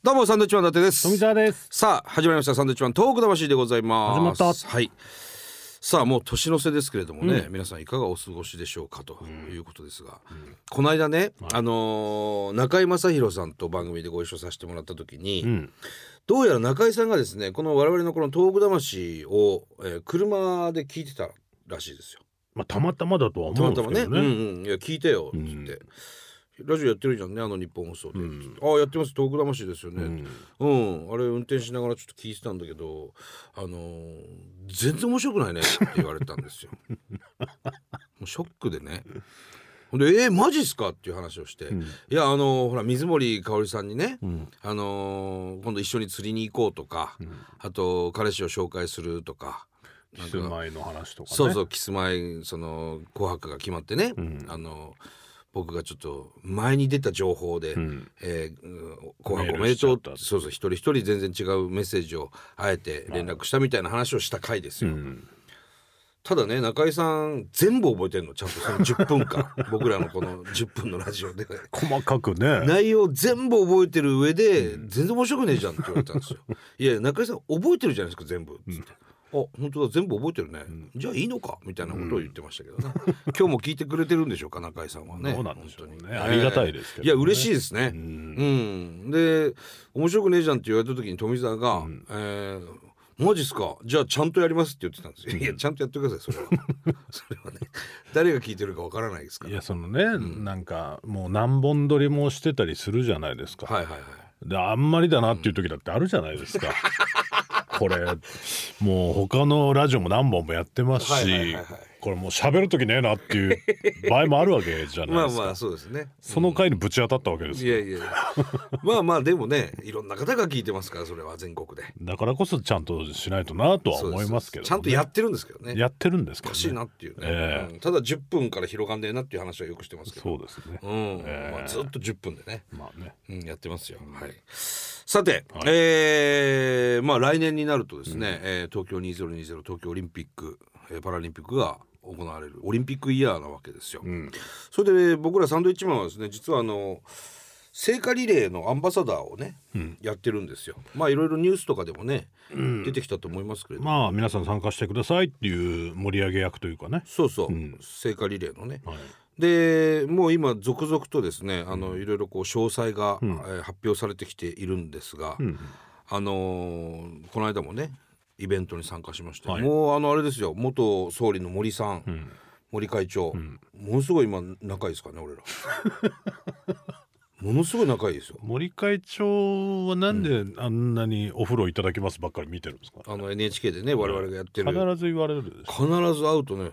どうもサンドウィッチマン伊達です富澤ですさあ始まりましたサンドウィッチマントーク魂でございます始まったはいさあもう年の瀬ですけれどもね、皆さんいかがお過ごしでしょうかということですが、この間ね、あのー中居正広さんと番組でご一緒させてもらった時に、んどうやら中居さんがですねこの我々のこの「トーク魂を」えー車で聞いてたらしいですよ。まあたまたまだとはた思うまんでたすまけね「どうんうねんいや聞いてよ」っつって、ラジオやってるじゃんねあの日本放送で」うんああやってますトーク魂ですよね」うんうん、あれ運転しながらちょっと聞いてたんだけど、あのー全然面白くないねって言われたん ですよ。もうショックでね。ほんで、えー、マジっすかっていう話をして、いや、あのーほら、水森かおりさんにね、うんあのー今度一緒に釣りに行こうとか、あと、彼氏を紹介するとか、キスマイの話とかねそうそう、キスマイ、その、紅白が決まってね、んあのー僕がちょっと前に出た情報で、うんえーうん紅白おめメーでルしちゃとうっったてそうそう一人一人全然違うメッセージをあえて連絡したみたいな話をした回ですうよ、んただね中居さん全部覚えてんのちゃんと その10分間僕らのこの10分のラジオで細かくね内容全部覚えてる上で、全然面白くねえじゃんって言われたんですよいや中居さん覚えてるじゃないですか全部つって。あ本当だ全部覚えてるね、じゃあいいのかみたいなことを言ってましたけどね、今日も聞いてくれてるんでしょうか中居さんはねどうなんでしょうね本当にありがたいですけどねいや嬉しいですね、うん、で面白くねえじゃんって言われた時に富澤が「えーマジっすかじゃあちゃんとやります」って言ってたんですよ。いやちゃんとやってくださいそれは それはね誰が聞いてるかわからないですかいら。やそのねなんかもう何本撮りもしてたりするじゃないですかはいはいはい。であんまりだなっていう時だってあるじゃないですかこれもう他のラジオも何本もやってますはいはいはいしはいこれもう喋る時ねえなっていう場合もあるわけじゃない まあですかまあそうですね。その回にぶち当たったわけですいよやいやまあまあでもねいろんな方が聞いてますからそれは全国で。だからこそちゃんとしないとなとは思いますけどねちゃんとやってるんですけどね。やってるんですけおどかしいねなっていうね、えうんただ10分から広がんねえなっていう話はよくしてますけど。そうですねうんええまあ、ずっと10分でね、まあねうん、やってますよ。はい、さて、はいえーまあ、来年になるとですね、えー東京2020東京オリンピック、えーパラリンピックが行われるオリンピックイヤーなわけですよ。うんそれで僕らサンドイッチマンはですね実はあの聖火リレーのアンバサダーをね、やってるんですよ。まあいろいろニュースとかでもね、出てきたと思いますけれども、まあ皆さん参加してくださいっていう盛り上げ役というかねそうそう、ん聖火リレーのね。はいでもう今続々とですねあのいろいろこう詳細が、えー発表されてきているんですが、あのーこの間もねイベントに参加しまして、はいもうあのあれですよ元総理の森さん、森会長、ものすごい今仲いいですからね俺ら ものすごい仲いいですよ森会長はなんであんなにお風呂いただきますばっかり見てるんですかあの NHK でね我々がやってる、必ず言われるでしょ必ず会うとね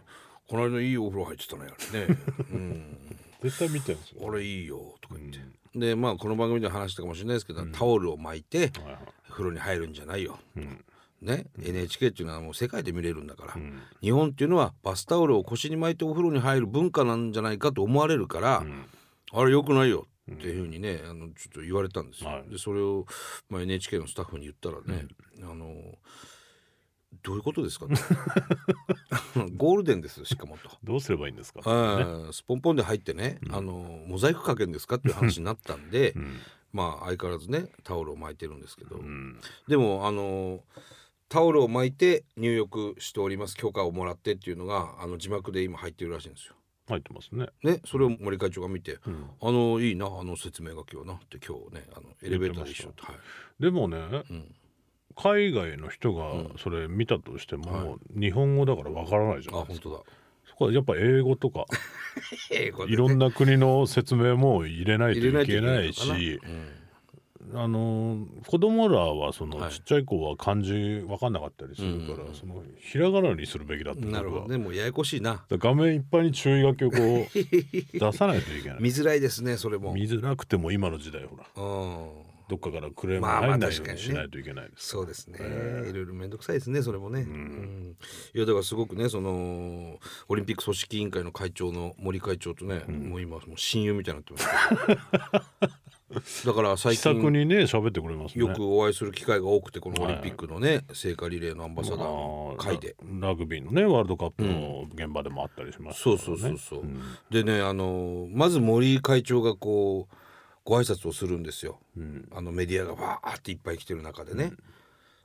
この間いいお風呂入ってたねあれね、 うん絶対見てるんですよ俺いいよとか言って、でまあこの番組で話したかもしれないですけど、タオルを巻いてはいはい風呂に入るんじゃないよ、ね、NHK っていうのはもう世界で見れるんだから、日本っていうのはバスタオルを腰に巻いてお風呂に入る文化なんじゃないかと思われるから、あれ良くないよっていうふうにね、あのちょっと言われたんですよ。はいでそれを、まあ、NHK のスタッフに言ったらね、あのどういうことですかねゴールデンですよしか もと。どうすればいいんですかうんスポンポンで入ってね、あのモザイクかけるんですかっていう話になったん で、まあ相変わらずねタオルを巻いてるんですけど、うんでもあのタオルを巻いて入浴しております許可をもらってっていうのがあの字幕で今入ってるらしいんですよ。入ってますねね、それを森会長が見て、あのいいなあの説明書きをなって今日ねあのエレベーターで一緒と、はいでもね、ん海外の人がそれ見たとしても、日本語だからわからないじゃあないです本か当だ。そこはやっぱ英語 とか英語でねいろんな国の説明も入れないと入れないいとけけなないいのかなしうんあの子供らはその、はいちっちゃい子は漢字わかんなかったりするから、そのひらがなにするべきだって僕はなるほどねもうややこしいな。だから画面いっぱいに注意書きを こう出さないといけない見づらいですねそれも。見づらくても今の時代ほらうんどっかからクレームまあがまあ入んない確ようかににねしないといけないです、そうですね、いろいろ面倒くさいですねそれもね、うんいやだからすごくねそのオリンピック組織委員会の会長の森会長とね、もう今もう親友みたいになってますけど だから最気さく近にね喋ってくれますねよくお会いする機会が多くてこのオリンピックのね聖火リレーのアンバサダーあのー会で。ララグビーのねワールドカップの現場でもあったりします、そうそうそうそう、でねあのまず森会長がこうご挨拶をするんですようんあのメディアがわーっていっぱい来てる中でね、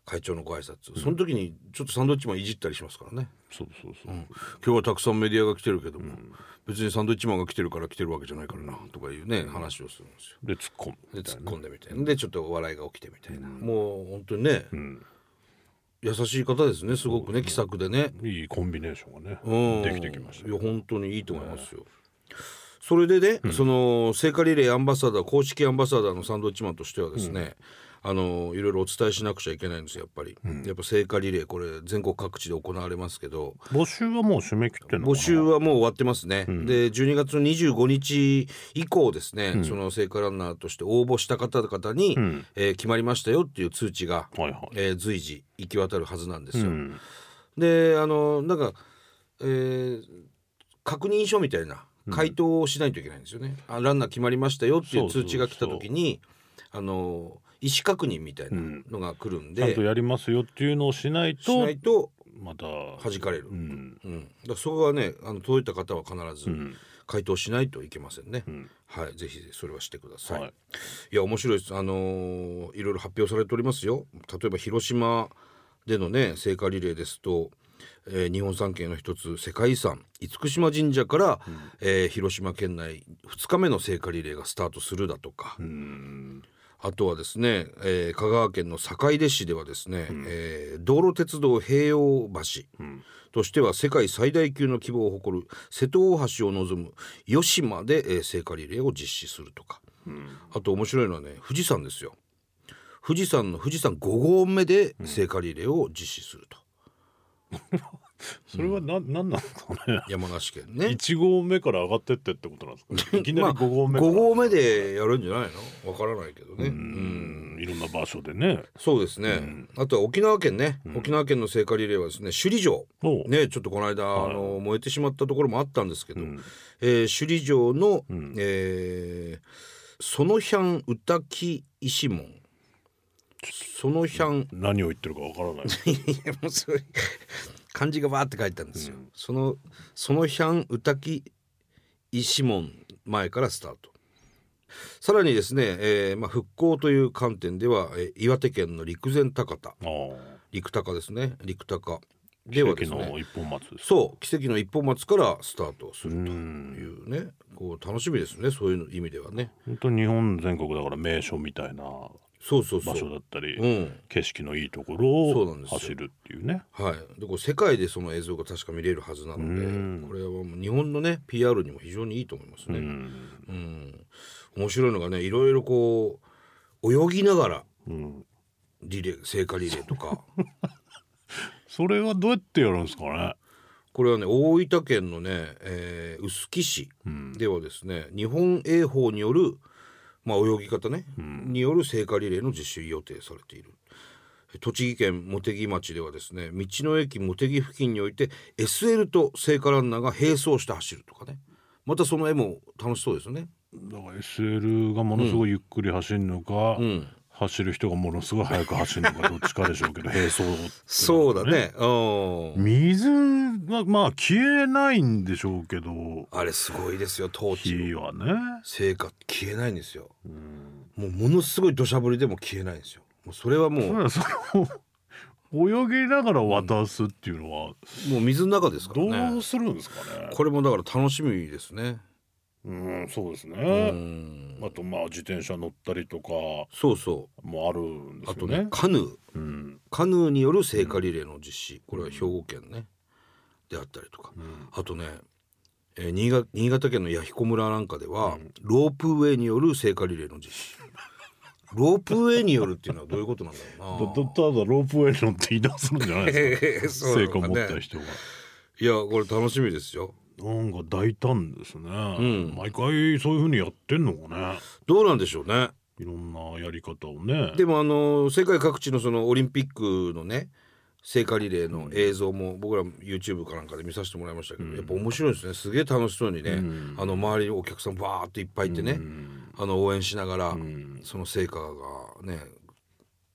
会長のご挨拶その時にちょっとサンドイッチマンいじったりしますからね、そうそうそう、今日はたくさんメディアが来てるけども、別にサンドイッチマンが来てるから来てるわけじゃないからなとかいうね話をするんですよで突っ込むで突っ込んでみたいなでちょっとお笑いが起きてみたいな、もう本当にね、優しい方ですねすごくね気さくでね、いいコンビネーションがね、うん、できてきましたいや本当にいいと思いますよ、それでね、その聖火リレーアンバサダー公式アンバサダーのサンドウィッチマンとしてはですね、あのいろいろお伝えしなくちゃいけないんですよやっぱり、やっぱ聖火リレーこれ全国各地で行われますけど募集はもう締め切ってんのかな募集はもう終わってますね、で12月の25日以降ですね、その聖火ランナーとして応募した方々に、えー決まりましたよっていう通知が、はいはいえー随時行き渡るはずなんですよ、うんであのなんか、えー確認書みたいな回答をしないといけないんですよね、あランナー決まりましたよっていう通知が来た時にあの意思確認みたいなのが来るんちゃんで、とやりますよっていうのをしないしとないとまた弾かれる、うんうん、だからそこはねあの届いた方は必ずん回答しないといけませんね、んはいぜひそれはしてください、はいい、や面白いですあのーいろいろ発表されておりますよ例えば広島でのね聖火リレーですと、えー日本三景の一つ世界遺産厳島神社から、えー広島県内2日目の聖火リレーがスタートするだとか、うんあとはですね、えー香川県の坂出市ではですね、えー道路鉄道併用橋としては世界最大級の規模を誇る瀬戸大橋を望む吉島で、えー聖火リレーを実施するとか、あと面白いのはね富士山ですよ富士山の富士山5合目で聖火リレーを実施すると、それはな、ん、なんなんですかね 山梨県ね一合目から上がってってってことなんですか、ね、いきなり五合目まかあら、五合目でやるんじゃないのわからないけどねうんうんいろんな場所でねそうですね、あとは沖縄県ね、沖縄県の聖火リレーはですね首里城おうねちょっとこの間、あの燃えてしまったところもあったんですけど、んえー首里城の、えーそのひゃん歌木石門そのひゃん何を言ってるか わからないいやもうすごい漢字がバーって書いてあるんですよ、そのそのひゃん歌木石門前からスタートさらにですね、えーまあ、復興という観点では、えー岩手県の陸前高田ああ陸高ですね陸高で奇はで跡すねの一本松ですそう奇跡の一本松からスタートするとうんいうね、こう楽しみですねそういう意味ではね本当日本全国だから名所みたいな場そうそうそう所だったり、うん景色のいいところそうなんをですよ走るっていうねはい、でこれ世界でその映像が確か見れるはずなので、うんこれはもう日本のね PR にも非常にいいと思いますね。ううんん面白いのがねいろいろこう泳ぎながらうんリレー聖火リレーと かそれはどうやってやるんですかねこれはね大分県のね、えー臼杵市ではですね、日本泳法による、まあ、泳ぎ方ね、による聖火リレーの実施予定されている。栃木県茂木町ではですね道の駅茂木付近において SL と聖火ランナーが並走して走るとかねまたその絵も楽しそうですよね。だから SL がものすごいゆっくり走るのか、うん、走る人がものすごい速く走るのか どっちかでしょうけど並走ってそうだね。うん水はまあ消えないんでしょうけどあれすごいですよ当火時はね聖火消えないんですよ。うんもうものすごい土砂降りでも消えないんですよ。もうそれはもうただその泳ぎながら渡すっていうのはもう水の中ですからどねう。するんですかねこれもだから楽しみですね。うんそうですね、うん。あとまあ自転車乗ったりとかそうそもあるんでう。あすとよねね、カヌー、うんカヌーによる聖火リレーの実施、これは兵庫県ね。であったりとか、あとね。えー新潟新潟県の弥彦村なんかでは、ロープウェイによる聖火リレーの実 施ロープウェイによるっていうのはどういうことなんだだろだただロープウェイ乗って移動するんじゃないうなですえー そうか成な果のか持ねった人がいやこれ楽しみですよなんか大胆ですね、ん毎回そういうふうにやってんのかねどうなんでしょうねいろんなやり方をねでもあの世界各地のそのオリンピックのね聖火リレーの映像も僕ら YouTube かなんかで見させてもらいましたけど、やっぱ面白いですねすげえ楽しそうにね、あの周りにお客さんバーっていっぱいいてね、あの応援しながら、その聖火がね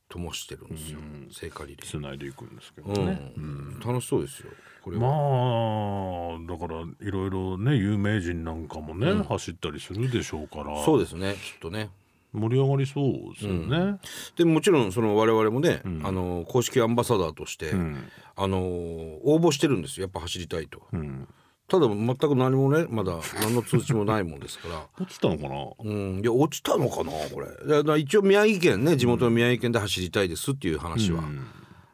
灯してるんですようん聖火リレー、繋いでいくんですけどうんね。うん楽しそうですよこれは、まあだからいろいろね有名人なんかもね、うん走ったりするでしょうからそうですねきっとね盛り上がりそうですよね。でもちろんその我々もね、うんあの公式アンバサダーとして、うんあの応募してるんですよやっぱ走りたいとうんただ全く何もねまだ何の通知もないもんですから落ちたのかうなん、いや落ちたのかなこれだから一応宮城県ね地元の宮城県で走りたいですっていう話は、うん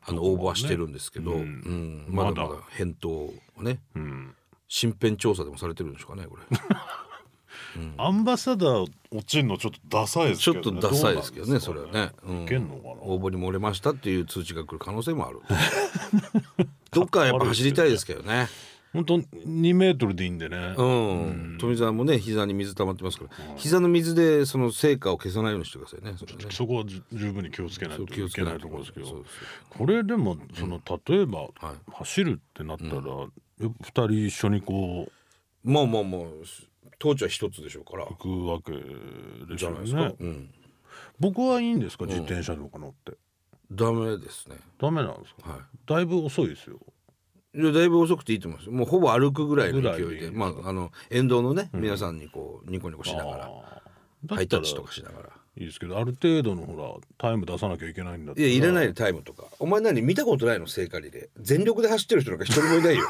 あの応募はしてるんですけど、ううんんまだまだまだ返答をねうん身辺調査でもされてるんでしょうかねこれアンバサダー落ちるのちょっとダサいですちけょど、っね、とダサいですけどねそれはね、ういんけんのかな応募に漏れましたっていう通知が来る可能性もある どっかやっぱ走りたいですけどね本当2メートルでいいんでね、うん、富澤もね膝に水溜まってますから、膝の水でその成果を消さないようにしてくださいねそれねそこはじ十分に気をつけないそとう気をいつけけなないいととこころろでですすけけどどこれでもその例えば、はい走るってなったら、やっぱ2人一緒にこうまあまあまあ当時は一つでしょうから行くわけですじゃよないですか、ねうん、僕はいいんですか自転車とか乗って、ダメですねダメなんですかはだいぶ遅いですよいいやだいぶ遅くていいと思いますもうほぼ歩くぐらいの勢いぐらいででいいまああの沿道のね、皆さんにこうニコニコしながらあーハだっイタたらッチとかしながらいいですけどある程度のほらタイム出さなきゃいけないんだったいやいらないでタイムとかお前何見たことないの聖火リレー全力で走ってる人なんか一人もい ないよ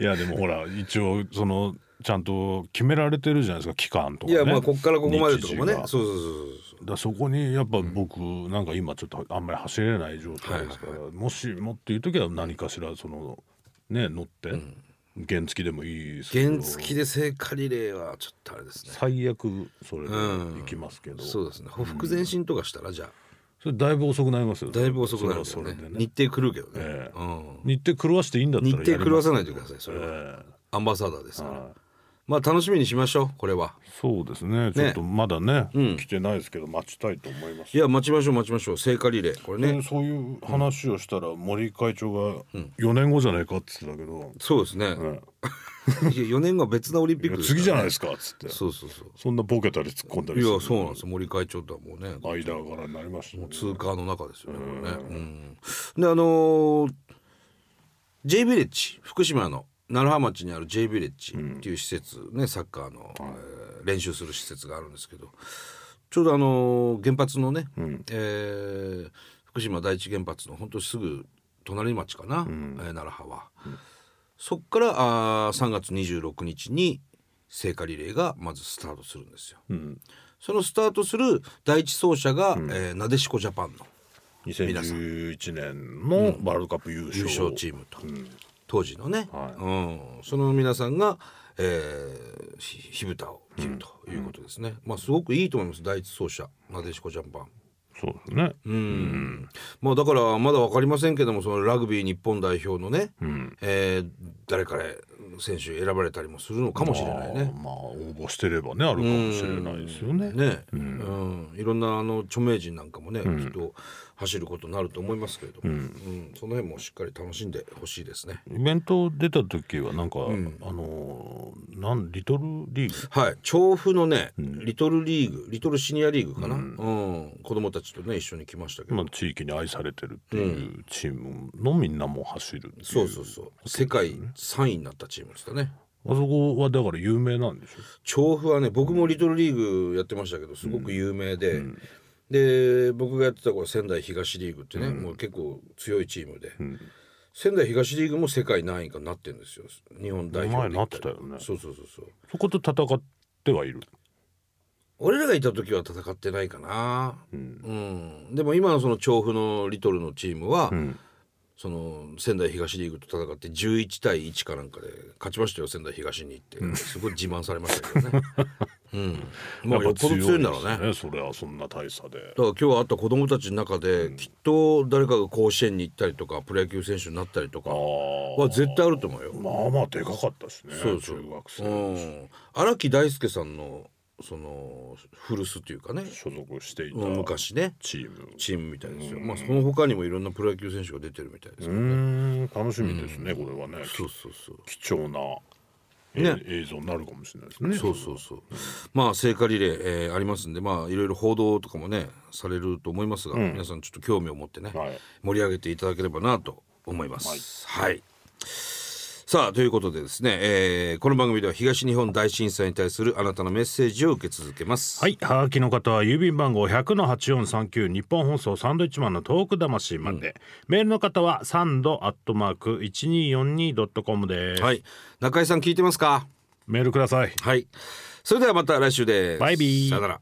いやでもほら一応そのちゃんと決められてるじゃないですか期間とか、いね、やまあこっからここまでとかもね日時がそうそうそうそうだからそこにやっぱ僕なんか今ちょっとあんまり走れない状態ですから、もしもっていう時は何かしらそのね乗って、原付でもいいですけど原付で聖火リレーはちょっとあれですね最悪それでうん行きますけど、そうですねほふ前進とかしたらじゃあそれだいぶ遅くなりますよだいぶ遅くなるけそどねれはそれでね日程狂うけどね、ええうん日程狂わしていいんだったら日程狂わさないででくださいそれは、ええアンバサダーですから、はいまあ楽しみにしましょうこれはそうですねちょっとまだねうん来てないですけど待ちたいと思いますいや待ちましょう待ちましょう聖火リレーこれね、でそういう話をしたら森会長が4年後じゃないかっつってたけど、そうですね、う いんや4年後は別なオリンピックですからね、次じゃないですすかっつってそうそうそうそんなボケたり突っ込んだりいするやそうなんですよ森会長とはもうね間柄になりましたね通過の中ですよねこれねうんであのー J ビレッジ福島の楢葉町にある J ビレッジっていう施設、ねサッカーの、えー練習する施設があるんですけどちょうどあのー原発のね、えー福島第一原発の本当すぐ隣町かな、えー楢葉は、そっからあー3月26日に聖火リレーがまずスタートするんですよ。うん、そのスタートする第一走者が、えーなでしこジャパンの2011年のワールドカップ優勝優勝チームと、当時のね、はいうん、その皆さんが、えー、ひ火蓋を切るということですね、まあすごくいいと思います第一走者なでしこジャパン。そうですね、うんまあだからまだ分かりませんけどもそのラグビー日本代表のね、えー誰から選手選ばれたりもするのかもしれないね。まあ、まあ応募してればねあるかもしれないですよねね、うんいろんなあの著名人なんかもね、きっと走ることになると思いますけれども、うんその辺もしっかり楽しんでほしいですね。イベント出た時はなんか、あのーなんリトルリーグはい、調布のね、リトルリーグリトルシニアリーグかな、うん子供たちとね一緒に来ましたけど、まあ、地域に愛されてるっていうチームのみんなも走るっていうそうそうそう世界3位になったチームでしたね。あそこはだから有名なんでし調布はね僕もリトルリーグやってましたけどすごく有名で、で僕がやってた頃仙台東リーグってね、もう結構強いチームで、仙台東リーグも世界何位かになってるんですよ日本代表で行り前なってたよねそうそうそうそうょそこと戦ってはいる俺らがいた時は戦ってないかなうん、でも今のその調布のリトルのチームは、んその仙台東リーグと戦って11対1かなんかで勝ちましたよ仙台東にって、すごい自慢されましたけどね、 うん、まあよっぽど強いんだろうねやっぱ強いですねそれはそんな大差でだから今日会った子供たちの中で、きっと誰かが甲子園に行ったりとかプロ野球選手になったりとかあはー絶対あると思うよ。まあまあでかかったしねそうそう中学生、うん、荒木大輔さんのその古巣というかね所属していた昔ねチームチームみたいですよ、まあその他にもいろんなプロ野球選手が出てるみたいですうーん楽しみですね、これはねそうそうそう貴重なねえ映像になるかもしれないですね。そうそうそう。まあ聖火リレー、えーありますんで、まあいろいろ報道とかもねされると思いますが、皆さんちょっと興味を持ってね、はい盛り上げていただければなと思います。はい。さあということでですね、えーこの番組では東日本大震災に対するあなたのメッセージを受け続けます。はい、はがきの方は郵便番号100の8439日本放送サンドイッチマンのトーク魂まで、メールの方はサンドアットマーク 1242.com です、はい。中井さん聞いてますか。メールくださいはい。それではまた来週です。バイビーさよなら。